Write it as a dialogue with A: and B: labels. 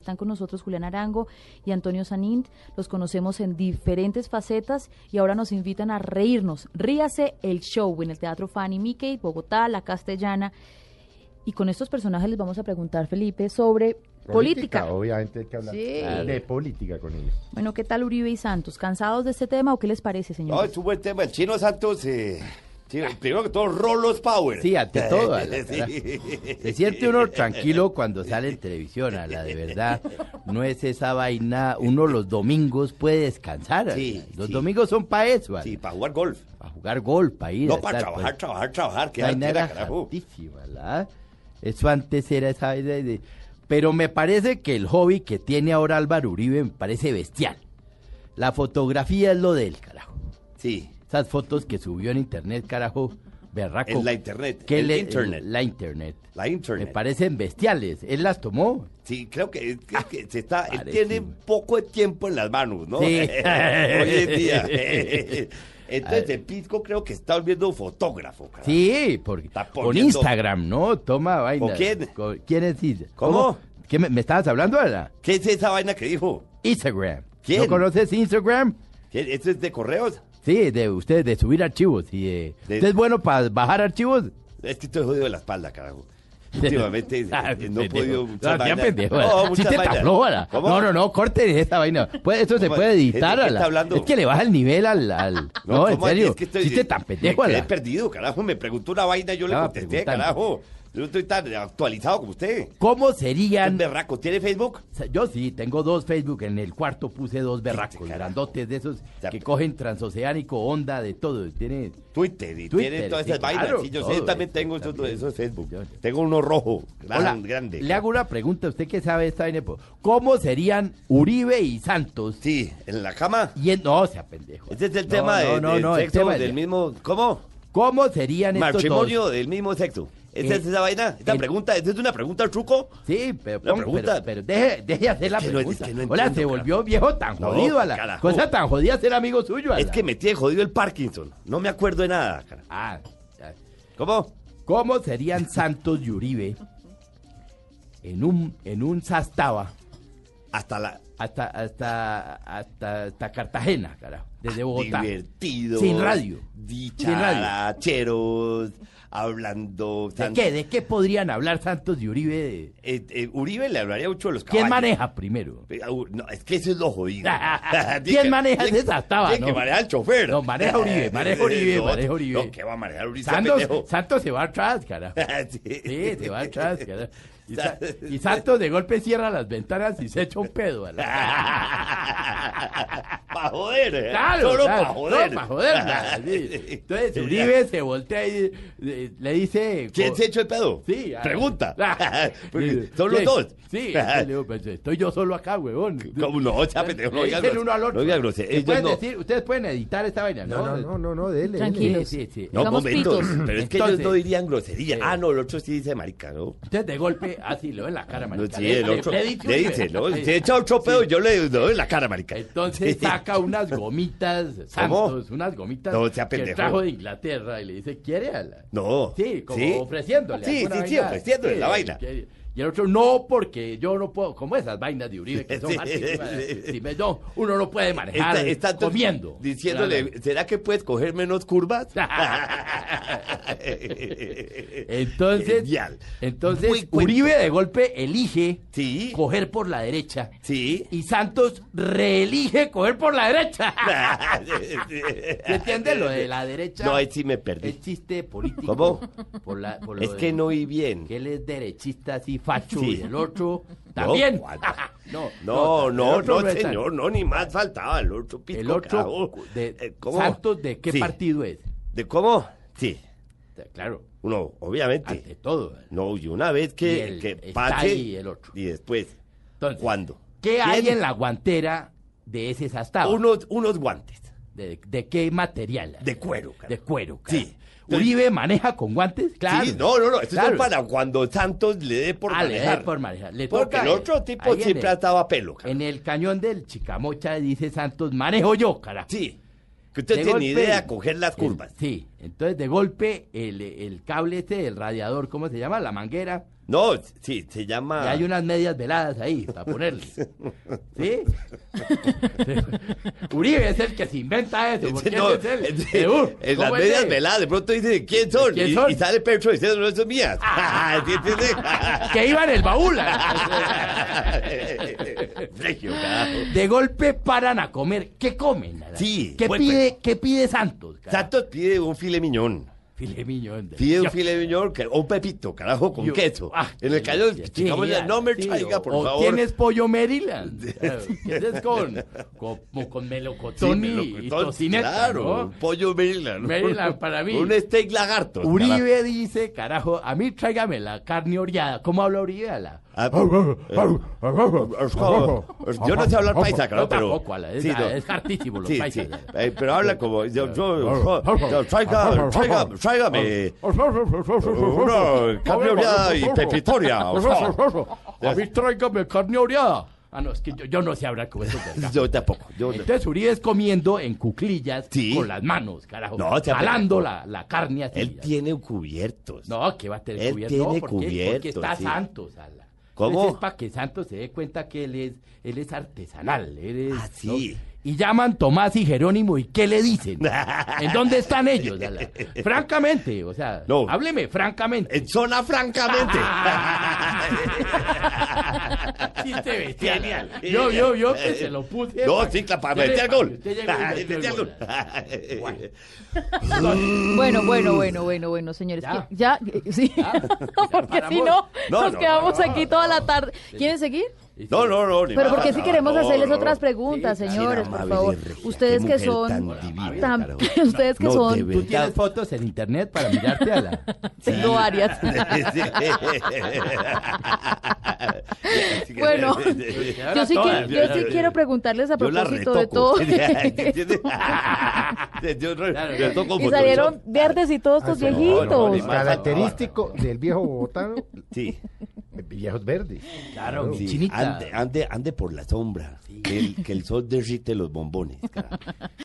A: Están con nosotros Julián Arango y Antonio Sanint. Los conocemos en diferentes facetas y ahora nos invitan a reírnos. Ríase el show en el Teatro Fanny Mickey, Bogotá, La Castellana. Y con estos personajes les vamos a preguntar, Felipe, sobre política.
B: Obviamente hay que hablar
A: Sí.
B: de política con ellos.
A: Bueno, ¿qué tal Uribe y Santos? ¿Cansados de este tema o qué les parece,
C: No,
A: señor?
C: es un buen tema. El chino Santos, eh, sí, primero que todo, Rolos Power.
D: Ah. Sí, ante todo. a la- a la-
C: Sí.
D: se siente uno tranquilo cuando sale en televisión, a la de verdad. No es esa vaina. Uno los domingos puede descansar. a la-
C: Sí,
D: los
C: sí.
D: domingos son para eso, a la-
C: Sí, para jugar golf.
D: para jugar gol, para ir. a
C: No, para
D: estar, pues,
C: trabajar, trabajar, trabajar. Que
D: vaina
C: era,
D: era
C: carajo.
D: hartísima, ¿la? Eso antes era esa vaina de- Pero me parece que el hobby que tiene ahora Álvaro Uribe me parece bestial. La fotografía es lo del carajo.
C: Sí,
D: Esas fotos que subió en internet, carajo, berraco.
C: en la internet.
D: que
C: el
D: le-
C: internet. La,
D: La internet.
C: internet.
D: Me parecen bestiales. Él las tomó.
C: Sí, creo que, creo que se está, él
D: Parece-
C: tiene poco de tiempo en las manos, ¿no?
D: Sí.
C: Hoy en día. Entonces, el pisco creo que está volviendo fotógrafo. carajo.
D: Sí, porque
C: Ah. Está
D: con
C: poniendo-
D: Instagram, ¿no? Toma vaina.
C: ¿Con quién?
D: ¿Quién es Isa?
C: ¿Cómo?
D: ¿Qué me, me estabas hablando ahora?
C: ¿Qué es esa vaina que dijo?
D: Instagram.
C: ¿Quién?
D: ¿No conoces Instagram?
C: ¿Qué- ¿Esto es de correos?
D: Sí, de usted, de subir archivos. Y, eh,
C: De-
D: ¿Usted es bueno para bajar archivos?
C: Es que estoy jodido de la espalda, carajo. Últimamente eh,
D: Ah,
C: no he
D: pendejo.
C: podido muchas
D: No, ya
C: vainas.
D: pendejo.
C: No,
D: Sí
C: muchas
D: te
C: vainas.
D: tabló, ahora.
C: ¿Cómo?
D: No, no, no, corte esta vaina. Pues, esto se
C: ¿Cómo?
D: puede editar.
C: ¿De qué
D: a la-
C: está hablando?
D: Es que le baja el nivel al... al- No, en
C: ¿cómo?
D: serio.
C: Es que estoy-
D: Sí te tan pendejo. a
C: Me
D: la-
C: quedé perdido, carajo. Me preguntó una vaina, yo le
D: Estaba
C: contesté,
D: preguntando.
C: carajo. Yo no estoy tan actualizado como usted.
D: ¿Cómo
C: Es
D: serían
C: berraco. ¿Tiene Facebook?
D: O sea, Yo sí, tengo dos Facebook. En el cuarto puse dos berracos,
C: carajo.
D: grandotes de esos
C: sea,
D: que cogen transoceánico, onda, de todo. Tiene
C: Twitter, y
D: Twitter,
C: tiene todas
D: sí,
C: esas vainas.
D: claro,
C: sí, yo
D: todo
C: sé, yo también
D: eso,
C: tengo esos,
D: también.
C: esos Facebook.
D: Yo-
C: Tengo uno rojo, gran-
D: Hola,
C: grande.
D: Le hago una pregunta, usted que sabe esta vaina, po. ¿Cómo serían Uribe y Santos?
C: Sí, en la cama.
D: Y en- no, sea pendejo.
C: Este es el
D: No,
C: tema
D: no,
C: de-
D: no,
C: del
D: no, el
C: sexo,
D: tema es-
C: del mismo... ¿Cómo?
D: ¿Cómo serían estos
C: Matrimonio
D: dos?
C: del mismo sexo. ¿Esta
D: Eh,
C: es esa vaina? ¿Esta
D: el-
C: pregunta? ¿Esta es una pregunta, truco?
D: Sí, pero,
C: La
D: pon-
C: pregunta-
D: pero, pero deje, deje hacer la
C: Es que no- es
D: pregunta.
C: que no
D: Hola,
C: entiendo,
D: se volvió viejo tan
C: No,
D: jodido a la
C: carajo.
D: cosa tan jodida ser amigo suyo. a
C: Es
D: la-
C: que me tiene jodido el Parkinson. No me acuerdo de nada, cara.
D: Ah, ya.
C: ¿Cómo?
D: ¿Cómo serían Santos y Uribe en un, en un Sastaba
C: Hasta la...
D: hasta, hasta, hasta, hasta Cartagena, carajo, desde Bogotá?
C: Ah, Divertido.
D: Sin radio.
C: Dicharacheros. Hablando.
D: ¿De
C: tan-
D: qué? ¿De qué podrían hablar Santos y Uribe? de-
C: Eh, eh, Uribe le hablaría mucho de los
D: ¿Quién
C: caballos.
D: maneja primero?
C: Eh, au- No, es que eso es lo jodido.
D: ¿Quién
C: Tiene que-
D: maneja
C: tiene-
D: esa estaba,
C: tiene que
D: no?
C: manejar el chofer.
D: No, maneja Uribe, maneja Uribe, maneja Uribe.
C: No, ¿qué va a manejar Uribe?
D: Santos,
C: pendejo?
D: Santos se va atrás, carajo.
C: Sí.
D: Sí, se va atrás, carajo. Y, Sa- y Santos de golpe cierra las ventanas y se echa un pedo. a la-
C: Pa' joder. eh.
D: Claro,
C: Solo
D: claro.
C: pa' joder.
D: No, pa' joder, nada, sí. Entonces Uribe se voltea y eh, le dice...
C: ¿Quién
D: co-
C: se echó el pedo?
D: Sí. ah,
C: Pregunta.
D: ah,
C: Porque
D: sí,
C: Son los
D: sí,
C: dos.
D: Sí, entonces le digo, pues, estoy yo solo acá, huevón.
C: ¿Cómo no? O sea, pendejo, no
D: Le
C: diga
D: dicen
C: gros-
D: uno al otro.
C: no diga grosero.
D: ¿Se
C: Ellos
D: pueden
C: no.
D: decir- ustedes pueden editar esta vaina,
B: No, no, no, no, no, dele.
A: Tranquilo.
D: Sí,
A: Tranquilos.
D: sí, sí.
C: No,
A: Digamos
C: momentos.
A: pitos.
C: Pero es que
D: Entonces-
C: ellos no dirían grosería.
D: Sí.
C: Ah, no, el otro sí dice marica, ¿no?
D: Entonces de golpe, así lo en la cara,
C: No,
D: marica.
C: sí, el otro. Le
D: dice Uribe.
C: dice, ¿no?
D: Sí.
C: Si echa otro pedo, yo le doy en la cara, marica.
D: Entonces saca unas gomitas, Santos, unas gomitas
C: No, sea
D: que
C: pendejo.
D: trajo de Inglaterra y le dice, ¿quiere a la?
C: No.
D: Sí, como
C: Sí.
D: ofreciéndole.
C: Sí,
D: alguna
C: sí, sí,
D: vaina.
C: ofreciéndole la vaina.
D: que- Y el otro, no, porque yo no puedo, como esas vainas de Uribe que son
C: Sí.
D: hartísimas. Si me- no, uno no puede manejar
C: Está- está tú
D: comiendo.
C: Diciéndole, ¿será que puedes coger menos curvas?
D: Entonces,
C: Genial. Muy
D: entonces
C: cuento.
D: Uribe de golpe elige
C: Sí.
D: coger por la derecha.
C: Sí.
D: Y Santos reelige coger por la derecha. ¿Se entiende lo de eh, la derecha?
C: No, ahí sí me perdí.
D: El chiste político.
C: ¿Cómo?
D: Por la, por lo
C: Es
D: de-
C: que no oí bien.
D: Que él es derechista así, facho,
C: Sí.
D: y el otro también.
C: guarda.
D: no,
C: No,
D: el
C: no,
D: otro
C: no,
D: es tan-
C: señor, no, ni más faltaba el otro pico.
D: El otro,
C: carajo.
D: de,
C: Eh, ¿cómo?
D: Santos, ¿de qué
C: Sí.
D: partido es?
C: ¿De cómo? Sí,
D: Claro,
C: uno, obviamente.
D: ante todo. eh.
C: No, y una vez que,
D: Ah, Y el-
C: que
D: está
C: pase.
D: ahí el otro.
C: Y después.
D: Entonces,
C: ¿Cuándo?
D: ¿Qué hay
C: ¿Quién?
D: en la guantera de ese sastado?
C: Unos, unos guantes
D: ¿De, de qué material?
C: de cuero. carajo.
D: De cuero, carajo.
C: Sí.
D: ¿Uribe maneja con guantes? Claro.
C: Sí, no, no, no. Esto
D: Claro.
C: es para cuando Santos le dé por
D: Ah, le dé
C: manejar.
D: por manejar. Le
C: Porque
D: toca
C: el
D: a él.
C: otro tipo
D: Ahí en
C: siempre
D: el-
C: estaba a pelo. carajo.
D: En el cañón del Chicamocha dice Santos, manejo yo, carajo.
C: Sí. Que usted
D: De
C: tiene
D: golpe,
C: idea de coger las
D: el-
C: curvas.
D: sí, entonces de golpe el, el cable este, el radiador, ¿cómo se llama? La manguera.
C: No, sí, se llama.
D: Y hay unas medias veladas ahí para ponerle. ¿Sí? Uribe es el que se inventa eso. Porque
C: No,
D: ese es el,
C: en-
D: de, uh,
C: en las
D: ¿cómo es
C: medias
D: de?
C: veladas, de pronto dice ¿quién son?
D: ¿Quién
C: y,
D: son? Ah.
C: y sale Petro diciendo, no son mías. ¿Sí entiende?
D: Que iba en el baúl.
C: Fregio, carajo.
D: De golpe paran a comer. ¿Qué comen? Nara?
C: Sí, pues,
D: ¿Qué
C: buen
D: pide, ¿qué pide Santos? carajo?
C: Santos pide un file miñón.
D: Filet mignon. de-
C: Pide un
D: Yo-
C: file miñón, que- o un pepito, carajo, con
D: yo-
C: queso.
D: ah,
C: en el cañón,
D: sí,
C: chicamos,
D: ya,
C: no me
D: sí,
C: traiga,
D: o-
C: por
D: o
C: favor.
D: ¿Tienes pollo Maryland? Claro, ¿Tienes con, con, como con
C: Sí,
D: melocotón y- y
C: melocotón,
D: tocineta?
C: Claro, Pues,
D: ¿no?
C: un pollo Maryland.
D: Maryland para mí.
C: Un steak lagarto.
D: Uribe dice, carajo, a mí tráigame la carne oreada. ¿Cómo habla Uribe? A la...
C: carajo. Ah, Yo no sé hablar paisa,
D: No,
C: claro, pero.
D: tampoco, a la- es,
C: Sí, no.
D: es hartísimo los
C: Sí, sí.
D: paisas.
C: Eh, pero habla como. Yo, yo, yo, traiga, traiga, tráigame. Una carne oreada y pepitoria. por favor.
D: A mí tráigame carne oreada. Ah, no, es que yo, yo no sé hablar como eso.
C: Yo tampoco. Yo,
D: Entonces Uribe es comiendo en cuclillas
C: Sí.
D: con las manos, carajo.
C: No, se-
D: jalando la, la carne así.
C: él tiene cubiertos.
D: No, que va a tener
C: Él
D: cubierto. no,
C: tiene
D: porque,
C: cubierto,
D: porque está
C: sí.
D: Santos. ala.
C: ¿Cómo?
D: Entonces es para que Santos se dé cuenta que él es, él es artesanal. Él es,
C: Ah, sí.
D: ¿no? Y llaman Tomás y Jerónimo y ¿qué le dicen? ¿En dónde están ellos? ala? Francamente, o sea,
C: No.
D: hábleme francamente.
C: En zona, francamente.
D: Chiste bestial.
C: Genial. Eh,
D: Yo, yo, yo que se lo puse.
C: No,
D: para-
C: sí, claro, para
D: Usted
C: meter
D: llegó-
C: gol.
D: usted llegó y
C: Para
D: metió el
C: meter
D: gol,
C: gol. eh,
D: ala.
A: Bueno, bueno, bueno, bueno, bueno, señores.
D: Ya.
A: que- Ya, eh, sí. porque si
D: paramos.
A: no,
C: No,
A: nos
C: no,
A: quedamos
C: no,
A: aquí toda la tarde. ¿Quieren seguir?
C: No, no, no. ni
A: Pero
C: más,
A: porque si
C: no,
A: queremos
C: no,
A: hacerles
C: no, no.
A: otras preguntas,
D: Sí,
A: señores,
C: Amable
A: por favor.
C: Regina,
A: Ustedes
C: qué
A: que
C: mujer
A: son
C: tan divina,
A: tan-
C: carajo.
A: ustedes que
C: No,
A: son-
C: de
D: ¿Tú
C: verdad.
D: tienes fotos en internet para mirarte a la...
A: tengo varias.
C: Sí.
A: Bueno. Yo sí, quiero,
D: Todas,
A: yo
C: yo-
A: sí
C: yo-
A: quiero pretarles a
C: Yo la
A: propósito de todo.
C: retoco. ¿Entiendes? Yo re-
D: Claro.
C: retoco
A: y
C: Photoshop.
A: salieron verdes y todos estos
B: Ah, no,
A: viejitos.
C: no, ni
B: El característico del viejo bogotano,
C: Sí,
B: viejos verdes.
D: Claro,
C: sí.
D: chinita.
C: Ande, ande, ande por la sombra, que, el, que el sol derrite los bombones. carajo.